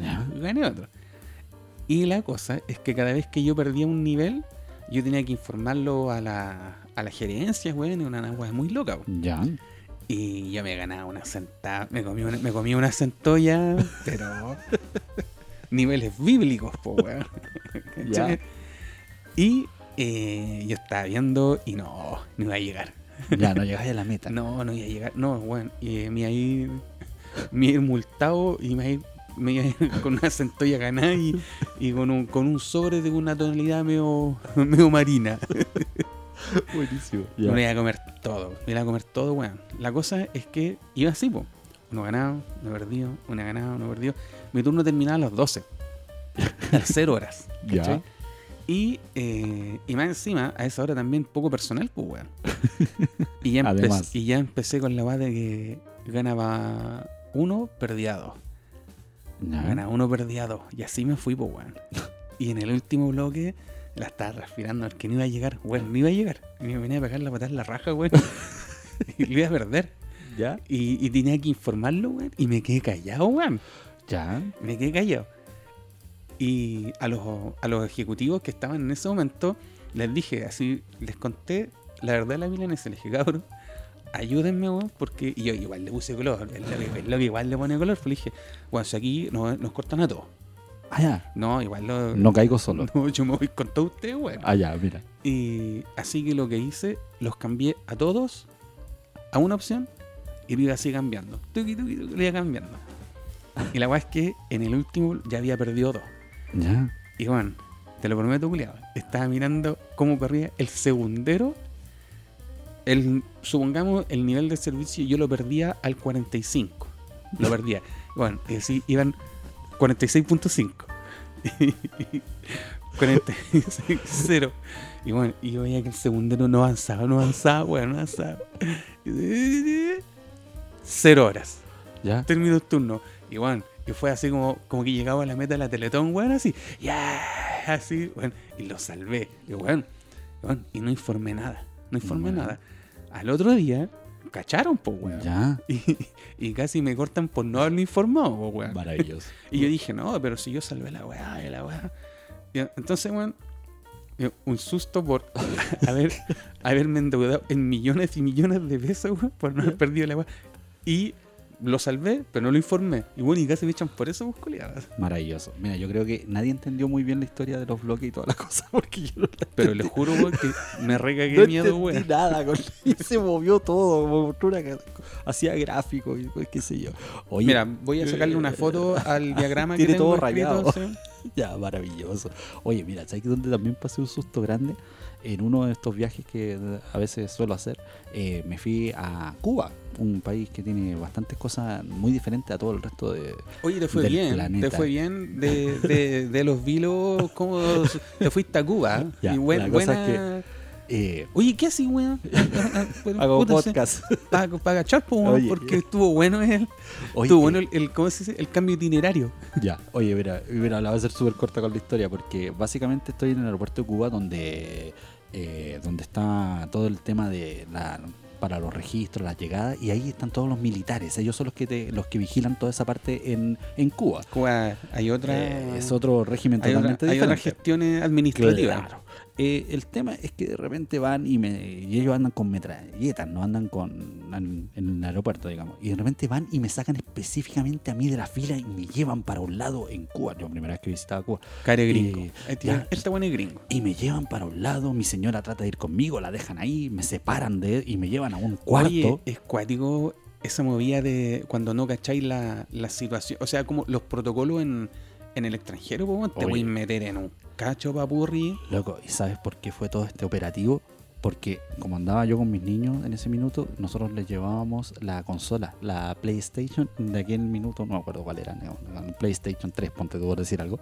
[SPEAKER 1] Ya.
[SPEAKER 2] gané otro. Y la cosa es que cada vez que yo perdía un nivel, yo tenía que informarlo a la, a la gerencia, weón, y una nagua muy loca,
[SPEAKER 1] [laughs]
[SPEAKER 2] weón.
[SPEAKER 1] Ya.
[SPEAKER 2] Y yo me ganaba una sentada, me comí una, me comí una centolla, pero niveles bíblicos, po, weón.
[SPEAKER 1] Ya.
[SPEAKER 2] ¿Cachai? [laughs] Y eh, yo estaba viendo y no, no iba a llegar.
[SPEAKER 1] Ya, no llegáis a la meta.
[SPEAKER 2] No, no iba a llegar. No, weón. Y me iba a ir, me iba a ir multado y me iba a ir, me iba a ir con una centolla ganada y, y con, un, con un sobre de una tonalidad medio, medio marina.
[SPEAKER 1] Buenísimo.
[SPEAKER 2] Me lo iba a comer todo, me lo iba a comer todo, weón. La cosa es que iba así, po. Uno ganado, uno perdido, una ganado, uno perdido. Mi turno terminaba a las 12. A las 0 horas.
[SPEAKER 1] Ya.
[SPEAKER 2] ¿cachai? Y, eh, y más encima, a esa hora también poco personal, pues,
[SPEAKER 1] [laughs]
[SPEAKER 2] weón. Y ya, empe-
[SPEAKER 1] Además.
[SPEAKER 2] y ya empecé con la weá de que ganaba uno, perdía dos.
[SPEAKER 1] Ah.
[SPEAKER 2] Ganaba uno, perdía dos. Y así me fui, pues, weón. Y en el último bloque la estaba respirando, al que no iba a llegar, weón, no iba a llegar. Y me venía a pegar la patada en la
[SPEAKER 1] [laughs]
[SPEAKER 2] raja, weón. [laughs] y lo iba a perder.
[SPEAKER 1] Ya.
[SPEAKER 2] Y, y tenía que informarlo, weón. Y me quedé callado, weón.
[SPEAKER 1] Ya.
[SPEAKER 2] Me quedé callado. Y a los, a los ejecutivos que estaban en ese momento, les dije, así, les conté la verdad de la milanesa. Les dije, cabrón, ayúdenme, weón, porque. Y yo igual le puse color. El lobby, el lobby igual le pone color. Pues le dije, bueno, si aquí no- nos cortan a todos.
[SPEAKER 1] Ah, ya.
[SPEAKER 2] No, igual lo.
[SPEAKER 1] No caigo solo.
[SPEAKER 2] [laughs] No, yo me voy con todos ustedes, weón.
[SPEAKER 1] Ah, ya, mira.
[SPEAKER 2] Y así que lo que hice, los cambié a todos a una opción y lo iba así cambiando. Tuqui, tuqui, tuqui, lo iba cambiando. Y la weá es que en el último ya había perdido dos.
[SPEAKER 1] Ya.
[SPEAKER 2] Y bueno, te lo prometo, culiado. Estaba mirando cómo corría el segundero. El, supongamos el nivel de servicio, yo lo perdía al 45. Lo perdía. Bueno, y así iban 46.5. [laughs] 46.0. Y bueno, y yo veía que el segundero no avanzaba, no avanzaba, bueno, no avanzaba. "Eh, Cero horas
[SPEAKER 1] Ya.
[SPEAKER 2] terminó el turno. Y bueno, y fue así como, como que llegaba a la meta de la Teletón, weón, así. Ya, así, weón. Y lo salvé. Y weón, weón, y no informé nada. No informé
[SPEAKER 1] Bueno.
[SPEAKER 2] nada. Al otro día, cacharon, po, weón.
[SPEAKER 1] Ya.
[SPEAKER 2] [laughs] Y, y casi me cortan por no haberlo informado, po,
[SPEAKER 1] [laughs]
[SPEAKER 2] weón.
[SPEAKER 1] Maravilloso.
[SPEAKER 2] Y yo dije, no, pero si yo salvé la weá, y la weá. Y entonces, weón, yo, un susto por [laughs] haber, haberme endeudado en millones y millones de pesos, weón, por no haber perdido la weá. Y lo salvé, pero no lo informé. Y bueno, y casi me echan por eso, vos culiadas.
[SPEAKER 1] Maravilloso. Mira, yo creo que nadie entendió muy bien la historia de los bloques y todas las [laughs] cosas porque yo no,
[SPEAKER 2] Pero les juro, weón, que me
[SPEAKER 1] [laughs]
[SPEAKER 2] recagué
[SPEAKER 1] no
[SPEAKER 2] miedo,
[SPEAKER 1] entendí
[SPEAKER 2] weón.
[SPEAKER 1] nada. [laughs] Con... y se movió todo, como mostró una ca- hacía gráfico y pues, qué sé yo. Oye, eh,
[SPEAKER 2] Mira, voy a sacarle
[SPEAKER 1] [laughs]
[SPEAKER 2] una foto al diagrama que
[SPEAKER 1] Tiene
[SPEAKER 2] tengo
[SPEAKER 1] todo
[SPEAKER 2] escrito,
[SPEAKER 1] rayado.
[SPEAKER 2] sí.
[SPEAKER 1] [laughs] Ya, maravilloso. Oye, mira, ¿sabes que donde también pasé un susto grande? En uno de estos viajes que a veces suelo hacer, eh, me fui a Cuba, un país que tiene bastantes cosas muy diferentes a todo el resto de...
[SPEAKER 2] Oye, te fue
[SPEAKER 1] Del
[SPEAKER 2] bien,
[SPEAKER 1] planeta.
[SPEAKER 2] te fue bien de, de, de los vilos, ¿cómo te fuiste a Cuba?
[SPEAKER 1] Ya,
[SPEAKER 2] y buen-
[SPEAKER 1] la cosa es
[SPEAKER 2] buena...
[SPEAKER 1] Eh,
[SPEAKER 2] Oye, ¿qué
[SPEAKER 1] [laughs]
[SPEAKER 2] así, weón?
[SPEAKER 1] hago
[SPEAKER 2] Puta,
[SPEAKER 1] [laughs]
[SPEAKER 2] se-
[SPEAKER 1] podcast.
[SPEAKER 2] pa- pa' agachar, po, weón,
[SPEAKER 1] Oye,
[SPEAKER 2] porque
[SPEAKER 1] ya.
[SPEAKER 2] estuvo bueno el,
[SPEAKER 1] Oye,
[SPEAKER 2] estuvo bueno el, el- ¿cómo se dice? El cambio itinerario.
[SPEAKER 1] Ya, oye, mira, mira, la voy a hacer súper corta con la historia porque básicamente estoy en el aeropuerto de Cuba donde, eh, donde está todo el tema de la, para los registros, las llegadas y ahí están todos los militares, ellos son los que, te- los que vigilan toda esa parte en, en Cuba.
[SPEAKER 2] Cuba, hay otra,
[SPEAKER 1] Eh, es otro régimen
[SPEAKER 2] hay, otra-
[SPEAKER 1] totalmente
[SPEAKER 2] hay otras
[SPEAKER 1] diferente.
[SPEAKER 2] gestiones administrativas.
[SPEAKER 1] Claro. Eh, el tema es que de repente van y, me, y ellos andan con metralletas, no andan con en, en el aeropuerto, digamos. Y de repente van y me sacan específicamente a mí de la fila y me llevan para un lado en Cuba. Yo primera vez que visitaba Cuba.
[SPEAKER 2] Care gringo.
[SPEAKER 1] Y-
[SPEAKER 2] Ahí tiene-
[SPEAKER 1] ya.
[SPEAKER 2] Este bueno es gringo.
[SPEAKER 1] Y me llevan para un lado, mi señora trata de ir conmigo, la dejan ahí, me separan de y me llevan a un cuarto.
[SPEAKER 2] Oye, es cuático esa movida de cuando no cacháis la, la situación. O sea, como los protocolos en, en el extranjero, po, weón, te
[SPEAKER 1] Oye.
[SPEAKER 2] voy a meter en un cacho papurri.
[SPEAKER 1] Loco, ¿y sabes por qué fue todo este operativo? Porque como andaba yo con mis niños en ese minuto, nosotros les llevábamos la consola, la PlayStation, de aquel minuto, no me acuerdo cuál era, no, no, PlayStation 3, ponte tú por decir algo,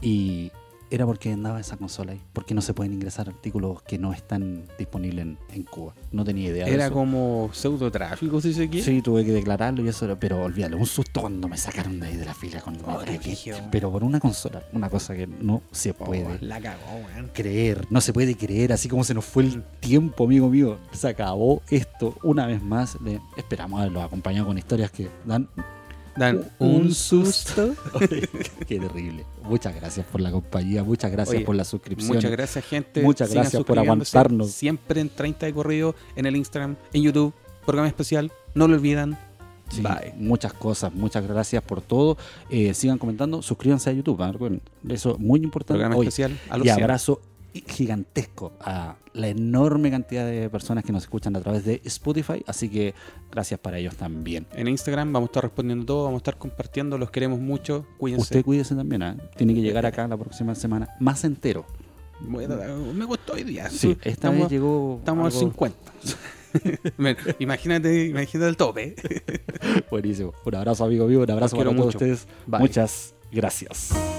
[SPEAKER 1] y era porque andaba esa consola ahí, porque no se pueden ingresar artículos que no están disponibles en, en Cuba. No tenía idea de
[SPEAKER 2] Era
[SPEAKER 1] eso.
[SPEAKER 2] como pseudo tráfico, si se quiere.
[SPEAKER 1] Sí, tuve que declararlo y eso, era- pero olvídalo, un susto cuando me sacaron de ahí de la fila con
[SPEAKER 2] Oh,
[SPEAKER 1] otra que-
[SPEAKER 2] brígido.
[SPEAKER 1] pero por una consola, una cosa que no se
[SPEAKER 2] Oh,
[SPEAKER 1] puede
[SPEAKER 2] la cagó, weón.
[SPEAKER 1] creer, no se puede creer, así como se nos fue
[SPEAKER 2] Mm.
[SPEAKER 1] el tiempo, amigo mío. Se acabó esto una vez más. Le- esperamos haberlos acompañado con historias que dan
[SPEAKER 2] dan
[SPEAKER 1] [laughs]
[SPEAKER 2] un susto.
[SPEAKER 1] Oye, Qué terrible. Muchas gracias por la compañía, muchas gracias
[SPEAKER 2] Oye,
[SPEAKER 1] por la suscripción.
[SPEAKER 2] Muchas gracias, gente.
[SPEAKER 1] Muchas
[SPEAKER 2] Sigan
[SPEAKER 1] gracias por
[SPEAKER 2] suscribiéndose.
[SPEAKER 1] aguantarnos.
[SPEAKER 2] Siempre en 30 de corrido, en el Instagram, en YouTube, programa especial. No lo olvidan.
[SPEAKER 1] Sí,
[SPEAKER 2] Bye.
[SPEAKER 1] Muchas cosas, muchas gracias por todo. Eh, sigan comentando, suscríbanse a YouTube, ¿ah? Recuerden, eso es muy importante.
[SPEAKER 2] Programa
[SPEAKER 1] Oye,
[SPEAKER 2] especial. A los
[SPEAKER 1] y
[SPEAKER 2] 100.
[SPEAKER 1] abrazo gigantesco a la enorme cantidad de personas que nos escuchan a través de Spotify, así que gracias para ellos también.
[SPEAKER 2] En Instagram vamos a estar respondiendo todo, vamos a estar compartiendo. Los queremos mucho. Cuídense.
[SPEAKER 1] Usted cuídese también, ¿ah? tiene que llegar acá la próxima semana más entero.
[SPEAKER 2] Bueno, me gustó hoy día.
[SPEAKER 1] Sí, esta
[SPEAKER 2] estamos,
[SPEAKER 1] vez llegó
[SPEAKER 2] estamos
[SPEAKER 1] algo-
[SPEAKER 2] al 50. [laughs] Bueno, imagínate, imagínate el tope.
[SPEAKER 1] [laughs] buenísimo. Un abrazo amigo mío, un abrazo
[SPEAKER 2] quiero
[SPEAKER 1] para todos
[SPEAKER 2] mucho.
[SPEAKER 1] ustedes.
[SPEAKER 2] Bye.
[SPEAKER 1] Muchas gracias.